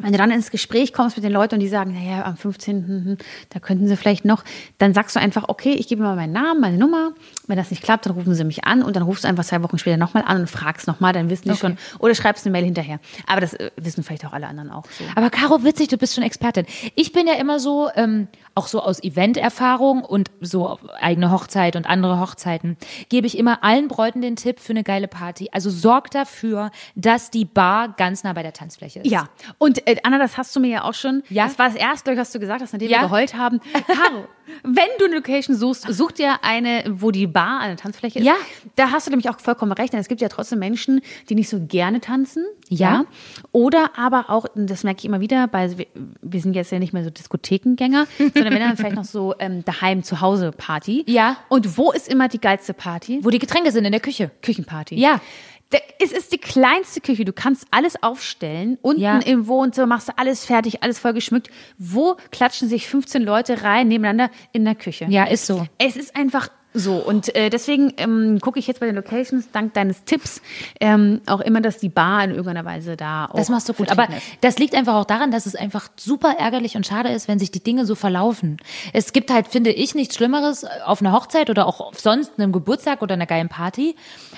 wenn du dann ins Gespräch kommst mit den Leuten und die sagen, naja, am 15. hm, da könnten sie vielleicht noch, dann sagst du einfach, okay, ich gebe mal meinen Namen, meine Nummer. Wenn das nicht klappt, dann rufen sie mich an und dann rufst du einfach zwei Wochen später nochmal an und fragst nochmal, dann wissen die Okay. schon. Oder schreibst eine Mail hinterher. Aber das äh, wissen vielleicht auch alle anderen auch so. Aber Caro, witzig, du bist schon Expertin. Ich bin ja immer so, ähm, auch so aus Event-Erfahrung und so eigene Hochzeit und andere Hochzeiten, gebe ich immer allen Bräuten den Tipp für eine geile Party. Also sorg dafür, dass die Bar ganz nah bei der Tanzfläche ist. Ja, und äh, Anna, das hast du mir ja auch schon. Ja. Das war das erste, glaube ich, was du gesagt hast, nachdem Ja. wir geheult haben. Caro, wenn du eine Location suchst, such dir eine, wo die Bar, eine Tanzfläche ist. Ja. Da hast du nämlich auch vollkommen recht, denn es gibt ja trotzdem Menschen, die nicht so gerne tanzen. Ja. Oder aber auch, und das merke ich immer wieder, bei, wir sind jetzt ja nicht mehr so Diskothekengänger, sondern wenn dann vielleicht noch so ähm, daheim, zu Hause Party. Ja. Und wo ist immer die geilste Party? Wo die Getränke sind in der Küche. Küchenparty. Ja. Da- Es ist die kleinste Küche. Du kannst alles aufstellen. Unten Ja. im Wohnzimmer machst du alles fertig, alles voll geschmückt. Wo klatschen sich 15 Leute rein nebeneinander in der Küche? Ja, ist so. Es ist einfach so. Und äh, deswegen ähm, gucke ich jetzt bei den Locations, dank deines Tipps, ähm, auch immer, dass die Bar in irgendeiner Weise da auch. Das machst du gut. vertreten Aber ist. das liegt einfach auch daran, dass es einfach super ärgerlich und schade ist, wenn sich die Dinge so verlaufen. Es gibt halt, finde ich, nichts Schlimmeres auf einer Hochzeit oder auch auf sonst einem Geburtstag oder einer geilen Party,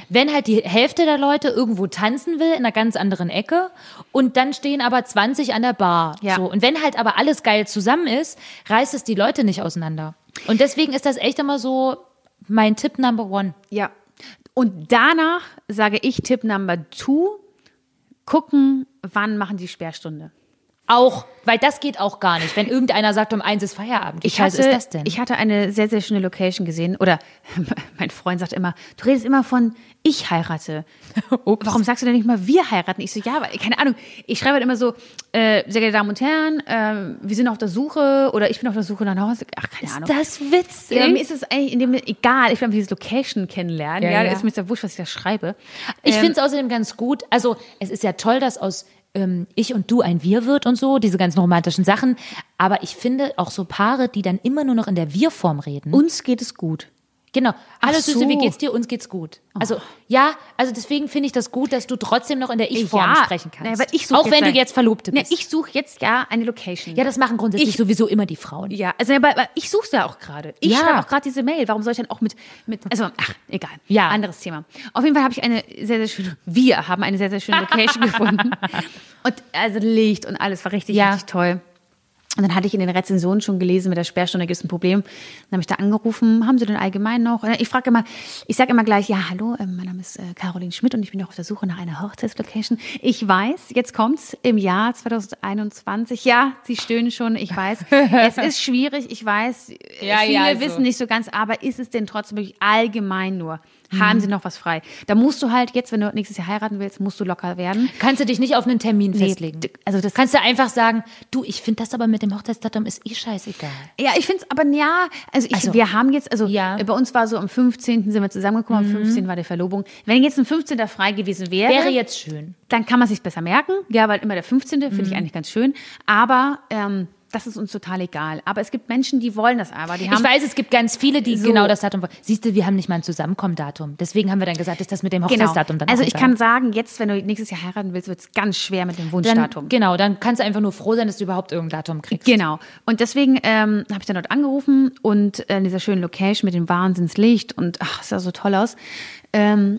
wenn halt die Hälfte der Leute irgendwo tanzen will in einer ganz anderen Ecke und dann stehen aber 20 an der Bar. Ja. So. Und wenn halt aber alles geil zusammen ist, reißt es die Leute nicht auseinander. Und deswegen ist das echt immer so mein Tipp Number One. Ja. Und danach sage ich Tipp Number Two: gucken, wann machen die Sperrstunde. Auch, weil das geht auch gar nicht, wenn irgendeiner sagt, um eins ist Feierabend. Wie Ich scheiße hatte, ist das denn? ich hatte eine sehr, sehr schöne Location gesehen. Oder mein Freund sagt immer, du redest immer von ich heirate. Warum sagst du denn nicht mal wir heiraten? Ich so, ja, weil, keine Ahnung. Ich schreibe halt immer so, äh, sehr geehrte Damen und Herren, ähm, wir sind auf der Suche oder ich bin auf der Suche nach einer Hause. Ach, keine Ahnung. das witzig? Ja, mir ist es eigentlich in dem egal. Ich will einfach dieses Location kennenlernen. Ja, Ja, ja. ist mir so wurscht, was ich da schreibe. ich Ähm, finde es außerdem ganz gut. Also, es ist ja toll, dass aus ähm, ich und du ein Wir wird und so, diese ganzen romantischen Sachen. Aber ich finde auch so Paare, die dann immer nur noch in der Wir-Form reden. uns geht es gut. genau. Alles so. Süße, wie geht's dir? Uns geht's gut. Also, ja, also deswegen finde ich das gut, dass du trotzdem noch in der Ich-Form Ja, sprechen naja, kannst. weil ich suche auch wenn ein- du jetzt Verlobte Na, bist. ich suche jetzt ja eine Location. ja, das machen grundsätzlich Ich- sowieso immer die Frauen. Ja, also aber, aber ich suche ja auch gerade. Ich Ja. schreibe auch gerade diese Mail. Warum soll ich dann auch mit, mit also ach, egal. Ja. Anderes Thema. Auf jeden Fall habe ich eine sehr, sehr schöne, wir haben eine sehr, sehr schöne Location gefunden. Und also Licht und alles war richtig, Ja. richtig toll. Und dann hatte ich in den Rezensionen schon gelesen, mit der Sperrstunde gibt es ein Problem. Dann habe ich da angerufen, haben sie denn allgemein noch? Und Ich frage immer, ich sage immer gleich, ja, hallo, ähm, mein Name ist äh, Caroline Schmidt und ich bin noch auf der Suche nach einer Hochzeitslocation. Ich weiß, jetzt kommt's im Jahr 2021. Ja, sie stöhnen schon, ich weiß. es ist schwierig, ich weiß. äh, Ja, viele ja, also. wissen nicht so ganz, aber ist es denn trotzdem möglich? allgemein nur? Haben Mhm. sie noch was frei? Da musst du halt jetzt, wenn du nächstes Jahr heiraten willst, musst du locker werden. Kannst du dich nicht auf einen Termin festlegen. d- also das- kannst du einfach sagen, du, ich finde das aber mit dem Hochzeitsdatum ist eh scheißegal. Ja, ich find's aber ja, also, ich, Also- wir haben jetzt, also Ja. Mhm. äh, bei uns war so am 15. sind wir zusammengekommen, am 15. war die Verlobung. Wenn jetzt ein 15. frei gewesen wäre, Wäre jetzt schön. dann kann man sich's besser merken. Ja, weil immer der 15. finde Mhm. ich eigentlich ganz schön. Aber ähm, das ist uns total egal. Aber es gibt Menschen, die wollen das aber. Die haben Ich weiß, es gibt ganz viele, die So. genau das Datum wollen. Siehst du, wir haben nicht mal ein Zusammenkommen-Datum. Deswegen haben wir dann gesagt, ist das mit dem Hochzeitsdatum dann Also auch ich egal. kann sagen, jetzt, wenn du nächstes Jahr heiraten willst, wird's ganz schwer mit dem dann, Wunschdatum. Genau, dann kannst du einfach nur froh sein, dass du überhaupt irgendein Datum kriegst. Genau. Und deswegen ähm, habe ich dann dort angerufen und äh, in dieser schönen Location mit dem Wahnsinnslicht und ach, es sah so toll aus. Ähm,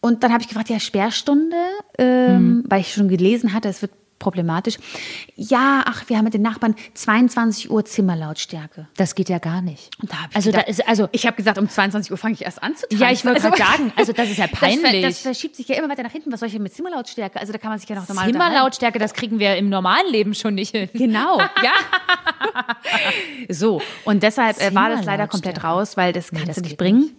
und dann habe ich gefragt, ja, Sperrstunde, ähm, Mhm. weil ich schon gelesen hatte, es wird problematisch. Ja, ach, wir haben mit den Nachbarn 22 Uhr Zimmerlautstärke. Das geht ja gar nicht. Und da hab ich also gedacht, da ist also Ich habe gesagt, um 22 Uhr fange ich erst an zu tanzen. ja, ich wollte gerade sagen, also das ist ja Das, ver peinlich. das verschiebt sich ja immer weiter nach hinten. Was soll ich denn mit Zimmerlautstärke? Also da kann man sich ja noch normal unterhalten. Zimmerlautstärke, das kriegen wir im normalen Leben schon nicht hin. Genau, ja. so, und deshalb äh, war das leider Zimmerlautstärke. komplett raus, weil das kannst das du nicht geht bringen.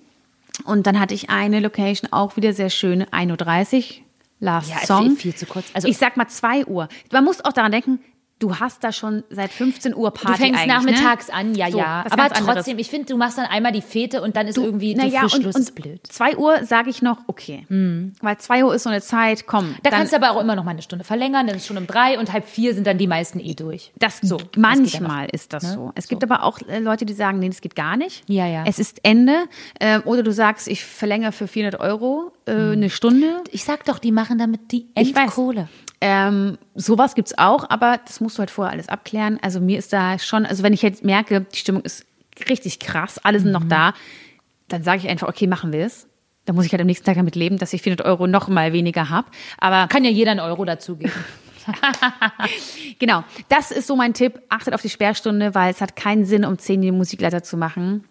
Und dann hatte ich eine Location, auch wieder sehr schön, 1.30 Uhr, Last Ja, ist Song. eh viel zu kurz. Also- ich sag mal 2 Uhr. Man muss auch daran denken, du hast da schon seit 15 Uhr Du Party fängst eigentlich, nachmittags ne? an, ja, So, ja. was Aber ganz anderes. trotzdem, ich finde, du machst dann einmal die Fete und dann ist irgendwie na so ja, früh und, Schluss und ist blöd. Mhm. 2 Uhr sage ich noch, okay. Weil 2 Uhr ist so eine Zeit, komm. Da dann- kannst du aber auch immer noch mal eine Stunde verlängern, dann ist schon um drei und halb vier sind dann die meisten eh durch. Das so. so, manchmal ist das so. Es gibt aber auch äh, Leute, die sagen, nee, das geht gar nicht. Ja, ja. Es ist Ende. Ähm, oder du sagst, ich verlängere für 400 Euro äh, eine Stunde. Ich sag doch, die machen damit die Ich weiß. Endkohle. Ähm, sowas gibt's auch, aber das musst du halt vorher alles abklären. Also mir ist da schon, also wenn ich jetzt merke, die Stimmung ist richtig krass, alle sind noch da, dann sage ich einfach, okay, machen wir es. Dann muss ich halt am nächsten Tag damit leben, dass ich 400 Euro noch mal weniger habe. Aber Kann ja jeder einen Euro dazugeben. Genau, das ist so mein Tipp. Achtet auf die Sperrstunde, weil es hat keinen Sinn, um 10 die Musikleiter zu machen.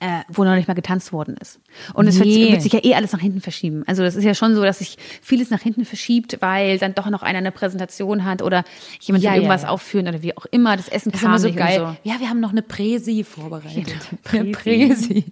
äh, wo noch nicht mal getanzt worden ist. Und es wird, Nee. wird sich ja eh alles nach hinten verschieben. Also das ist ja schon so, dass sich vieles nach hinten verschiebt, weil dann doch noch einer eine Präsentation hat oder jemand Ja, will ja, irgendwas ja. aufführen oder wie auch immer. Das Essen Das ist kam immer so nicht geil. Und so. Ja, wir haben noch eine Präsi vorbereitet. Ja, Eine Präsi. Präsi.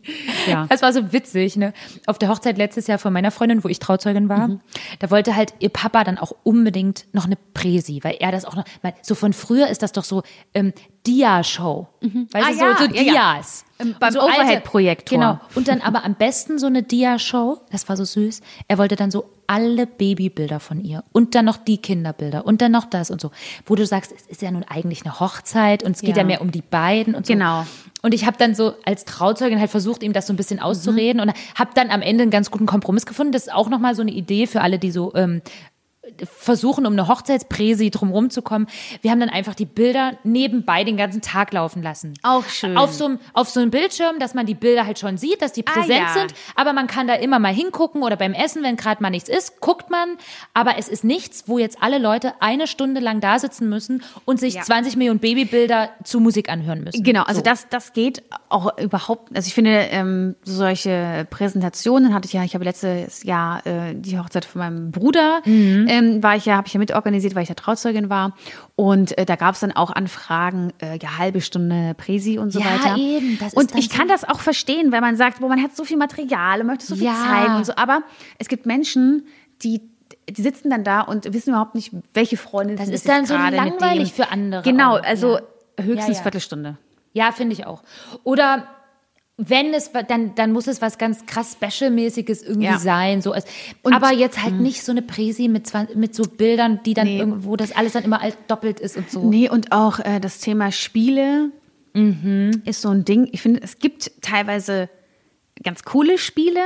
Ja. Das war so witzig, ne? Auf der Hochzeit letztes Jahr von meiner Freundin, wo ich Trauzeugin war, Mhm. da wollte halt ihr Papa dann auch unbedingt noch eine Präsi, weil er das auch noch, weil so von früher ist das doch so ähm, Dia-Show. Weißt Ah, du, ja, so, so ja, ja. Dias. Ähm, beim Und alte- Overhead-Projektor. Genau. Und dann aber am besten so eine Dia-Show, das war so süß. Er wollte dann so alle Babybilder von ihr und dann noch die Kinderbilder und dann noch das und so. Wo du sagst, es ist ja nun eigentlich eine Hochzeit und es geht Ja. ja mehr um die beiden und so. Genau. Und ich habe dann so als Trauzeugin halt versucht, ihm das so ein bisschen auszureden Mhm. und habe dann am Ende einen ganz guten Kompromiss gefunden. Das ist auch nochmal so eine Idee für alle, die so ähm, versuchen, um eine Hochzeitspräsi drumherum zu kommen. Wir haben dann einfach die Bilder nebenbei den ganzen Tag laufen lassen. Auch schön. Auf so, einem- auf so einem Bildschirm, dass man die Bilder halt schon sieht, dass die Ah, präsent ja. sind. Aber man kann da immer mal hingucken oder beim Essen, wenn gerade mal nichts ist, guckt man. Aber es ist nichts, wo jetzt alle Leute eine Stunde lang da sitzen müssen und sich Ja. 20 Millionen Babybilder zu Musik anhören müssen. Genau, also So. das, das geht auch überhaupt. Also ich finde, ähm, solche Präsentationen hatte ich ja, ich habe letztes Jahr äh, die Hochzeit von meinem Bruder, Mhm. ähm, war ich ja, habe ich ja mitorganisiert, weil ich da Trauzeugin war. Und äh, da gab es dann auch Anfragen, äh, ja, halbe Stunde Präsi und so Ja, weiter. eben, das ist und dann ich so- kann das auch verstehen, weil man sagt, boah, man hat so viel Material und möchte so viel Ja. zeigen und so. Aber es gibt Menschen, die die sitzen dann da und wissen überhaupt nicht, welche Freundin Das sind ist es jetzt dann so gerade mit dem. langweilig für andere Genau, auch, also ja. höchstens Ja, ja. Viertelstunde. Ja, finde ich auch. Oder wenn es, wa- dann, dann muss es was ganz krass Special-mäßiges irgendwie Ja. hm. sein. So. als- aber jetzt halt nicht so eine Präsi mit, 20 mit so Bildern, die dann irgendwo, das alles dann immer alt doppelt ist und so. Nee, und auch äh, das Thema Spiele ist so ein Ding. Ich finde, es gibt teilweise ganz coole Spiele,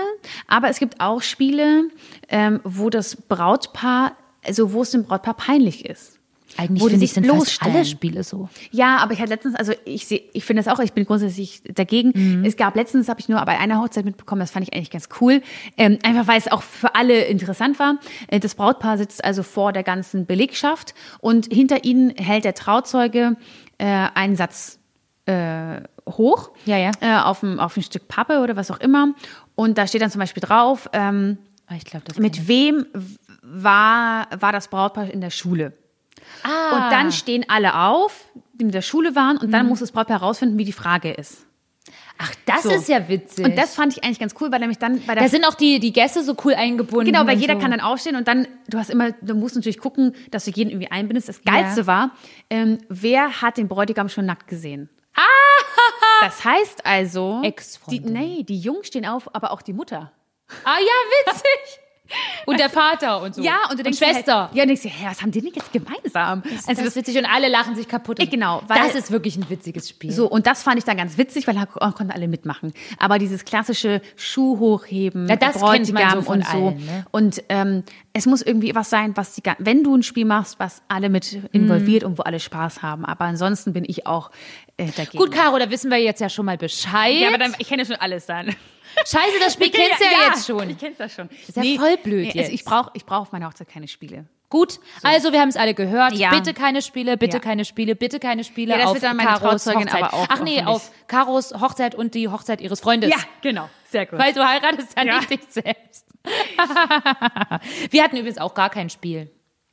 aber es gibt auch Spiele, ähm, wo das Brautpaar, also wo es dem Brautpaar peinlich ist. Eigentlich Wo die finde ich, sich sind fast bloßstellen. alle Spiele so. Ja, aber ich hatte letztens, also ich sehe, ich finde das auch, ich bin grundsätzlich dagegen. Mhm. Es gab letztens, habe ich nur bei einer Hochzeit mitbekommen, das fand ich eigentlich ganz cool. Ähm, einfach weil es auch für alle interessant war. Äh, Das Brautpaar sitzt also vor der ganzen Belegschaft und hinter ihnen hält der Trauzeuge äh, einen Satz äh, hoch Ja, ja. Äh, auf, ein, auf ein Stück Pappe oder was auch immer. Und da steht dann zum Beispiel drauf, ähm, Ah, Ich glaube, das mit wem w- war, war das Brautpaar in der Schule? ah, Und dann stehen alle auf, die mit der Schule waren, und dann muss das Brautpaar herausfinden, wie die Frage ist. Ach, das So. ist ja witzig. Und das fand ich eigentlich ganz cool, weil nämlich dann bei der da sind auch die, die Gäste so cool eingebunden. Genau, weil und jeder so. kann dann aufstehen und dann, du hast immer, du musst natürlich gucken, dass du jeden irgendwie einbindest. Das Geilste Ja. war, ähm, wer hat den Bräutigam schon nackt gesehen? Das heißt also, die, Ex-Freundin. nee, die Jungen stehen auf, aber auch die Mutter. Ah ja, witzig. Und der Vater und so. Ja, und du denkst, dir Schwester. Halt, ja, und denkst, dir, hä, was haben die denn jetzt gemeinsam? also das ist witzig und alle lachen sich kaputt. Ja, genau, weil- das ist wirklich ein witziges Spiel. So, und das fand ich dann ganz witzig, weil da ko- konnten alle mitmachen. Aber dieses klassische Schuh hochheben, Ja, das kennt man so von und so. allen, ne? Und ähm, es muss irgendwie was sein, was die, ga- wenn du ein Spiel machst, was alle mit involviert Mhm. und wo alle Spaß haben. Aber ansonsten bin ich auch äh, dagegen. Gut, Caro, da wissen wir jetzt ja schon mal Bescheid. ja, aber dann, ich kenne schon alles dann. Scheiße, das Spiel kennst du ja, jetzt Ich schon. kenn's ja schon. Ist ja voll blöd Also ich jetzt. brauche ich brauch auf meiner Hochzeit keine Spiele. Gut, also wir haben es alle gehört. Ja. Bitte keine Spiele, bitte Ja. keine Spiele, bitte keine Spiele Ja, das auf wird dann meine Karos Trauzeugin Hochzeit. aber auch Ach nee, hoffentlich. auf Karos Hochzeit und die Hochzeit ihres Freundes. genau. Sehr gut. Weil du heiratest ja, Ja. nicht dich selbst. wir hatten übrigens auch gar kein Spiel.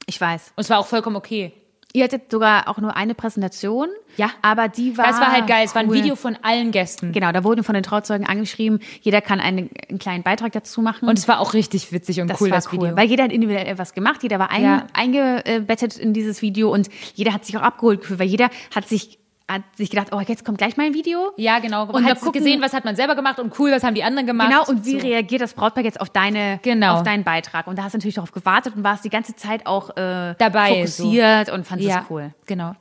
ich weiß. Und es war auch vollkommen okay. Ihr hattet sogar auch nur eine Präsentation. Ja. Aber die war das war halt geil. Es war ein Ah, cool. Video von allen Gästen. Genau, da wurden von den Trauzeugen angeschrieben, jeder kann einen, einen kleinen Beitrag dazu machen. Und es war auch richtig witzig und das cool, war das cool, Video. weil jeder hat individuell etwas gemacht, jeder war ein, Ja. eingebettet in dieses Video und jeder hat sich auch abgeholt gefühlt, weil jeder hat sich, hat sich gedacht, oh, jetzt kommt gleich mein Video. ja, genau. Und Und wir hat gucken- gesehen, was hat man selber gemacht und cool, was haben die anderen gemacht. Genau, und wie So. reagiert das Brautpaar jetzt auf, deine, Genau. auf deinen Beitrag? Und da hast du natürlich darauf gewartet und warst die ganze Zeit auch äh, Dabei, fokussiert und fandest ja, es cool. Genau.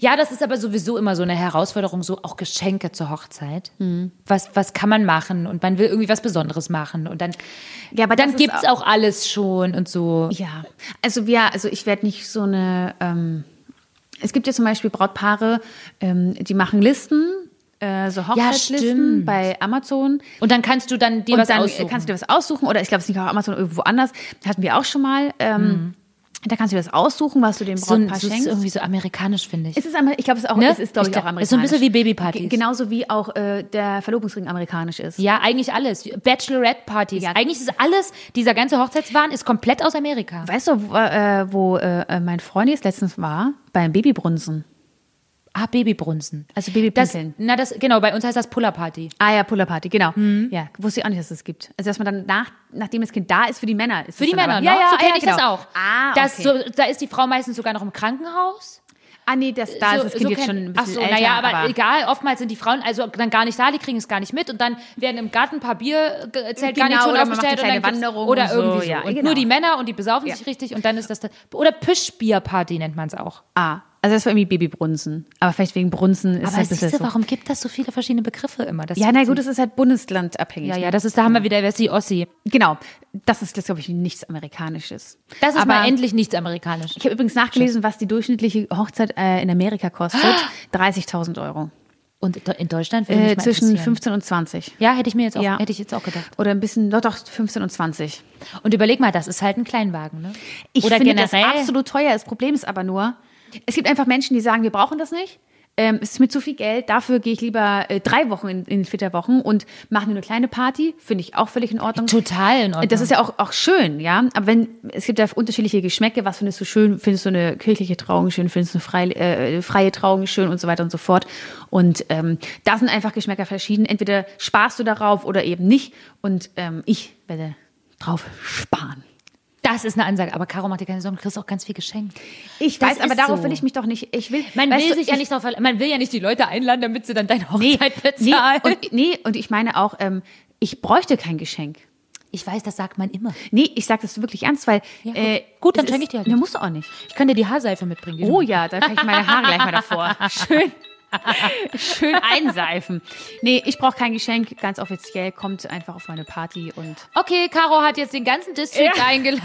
Ja, das ist aber sowieso immer so eine Herausforderung, so auch Geschenke zur Hochzeit. Mhm. Was, was kann man machen? Und man will irgendwie was Besonderes machen. Und dann, Ja, aber dann das ist gibt's auch alles schon und so. Ja, also wir, also ich werde nicht so eine. Ähm, es gibt ja zum Beispiel Brautpaare, ähm, die machen Listen, äh, so Hochzeitslisten stimmt. bei Amazon. Und dann kannst du dann dir Und was dann aussuchen. kannst du dir was aussuchen oder ich glaube, es ist nicht auf Amazon irgendwo anders. Hatten wir auch schon mal. Ähm, Da kannst du dir das aussuchen, was du dem Mhm. So, ein- Brautpaar das ist schenkst. irgendwie so amerikanisch, finde ich. Es ist einmal, ich glaube, es ist auch, Ne? es ist, glaube ich, Ich auch glaub, amerikanisch. ist so ein bisschen wie Babypartys. Ge- Genauso wie auch äh, der Verlobungsring amerikanisch ist. Ja, eigentlich alles. Bachelorette-Partys. Ja. Eigentlich ist alles, dieser ganze Hochzeitswahn ist komplett aus Amerika. Weißt du, wo, äh, wo äh, mein Freund jetzt letztens war? Beim Babybrunzen. Ah, Babybrunzen. Also Das, Babypinseln. na, das, genau, bei uns heißt das Pullerparty. Ah ja, Pullerparty, genau. Mhm. Ja, wusste ich auch nicht, dass es das gibt. Also dass man dann nach, nachdem das Kind da ist, für die Männer ist. Für die Männer, aber, ne? Ja, ja, so kenne ja, ich genau. das auch. Ah, okay. das, so, da ist die Frau meistens sogar noch im Krankenhaus. ah nee, das, da so, ist das Kind so jetzt kenn- schon ein bisschen Ach so, älter. naja, aber, egal, oftmals sind die Frauen also dann gar nicht da, die kriegen es gar nicht mit und dann werden im Garten ein paar Bier ge- zelt gar nicht Genau, schon oder man macht eine aufgestellt und dann kleine gibt's- Wanderung oder und so, irgendwie so. ja, und genau. nur die Männer und die besaufen Ja. sich richtig und dann ist das, das oder Pischbierparty nennt man es auch. Ah, also das war irgendwie Babybrunzen. Aber vielleicht wegen Brunzen ist Aber halt ein bisschen siehst du, so. warum gibt das so viele verschiedene Begriffe immer? Das Ja, na gut, das ist halt bundeslandabhängig. ja, ne? ja, das ist, da haben wir wieder Wessi Ossi. Genau. Das ist, glaube ich, nichts Amerikanisches. Das ist Aber mal endlich nichts amerikanisch. Ich habe übrigens nachgelesen, was die durchschnittliche Hochzeit äh, in Amerika kostet. 30.000 Euro. Und do- in Deutschland würde Äh, mich Ah! mal zwischen interessieren. 15 und 20. Ja, hätte ich mir jetzt auch, Ja. hätte ich jetzt auch gedacht. Oder ein bisschen, doch, doch, 15 und 20. Und überleg mal, das ist halt ein Kleinwagen, ne? Ich Oder finde generell. das absolut teuer. Das Problem ist aber nur, es gibt einfach Menschen, die sagen, wir brauchen das nicht. Ähm, es ist mir zu viel Geld, dafür gehe ich lieber äh, drei Wochen in, in Flitterwochen und mache mir eine kleine Party. Finde ich auch völlig in Ordnung. Total in Ordnung. Das ist ja auch, auch schön, ja. Aber wenn es gibt ja unterschiedliche Geschmäcke, was findest du schön? Findest du eine kirchliche Trauung schön? Findest du eine freie, äh, freie Trauung schön und so weiter und so fort? Und ähm, da sind einfach Geschmäcker verschieden. Entweder sparst du darauf oder eben nicht. Und ähm, ich werde drauf sparen. das ist eine Ansage. Aber Caro macht dir keine Sorgen, du kriegst auch ganz viel geschenkt. Ich Das weiß, aber ist darauf so. will ich mich doch nicht. Ich will. Man weißt will du, sich ja ich- nicht drauf, verla- man will ja nicht die Leute einladen, damit sie dann deine Hochzeit Nee, bezahlen. und, nee, und ich meine auch, ähm, ich bräuchte kein Geschenk. ich weiß, das sagt man immer. Nee, ich sage das wirklich ernst, weil. Ja, äh, gut, dann es schenke ist- ich dir halt Ne, nicht. musst du auch nicht. Ich könnte dir die Haarseife mitbringen. die du- Oh ja, da kann ich meine Haare gleich mal davor. Schön. Schön einseifen. Nee, ich brauche kein Geschenk. Ganz offiziell kommt einfach auf meine Party und Okay, Caro hat jetzt den ganzen District eingeladen.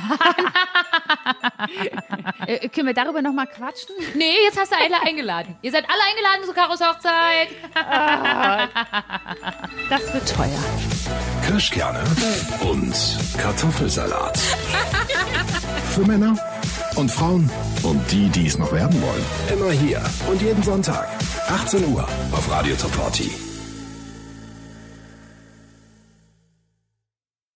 äh, können wir darüber noch mal quatschen? Nee, jetzt hast du alle eingeladen. Ihr seid alle eingeladen zu Karos Hochzeit. Das wird teuer. Kirschkerne und Kartoffelsalat. Für Männer und Frauen und die, die es noch werden wollen. Immer hier und jeden Sonntag, 18 Uhr auf Radio Top 40.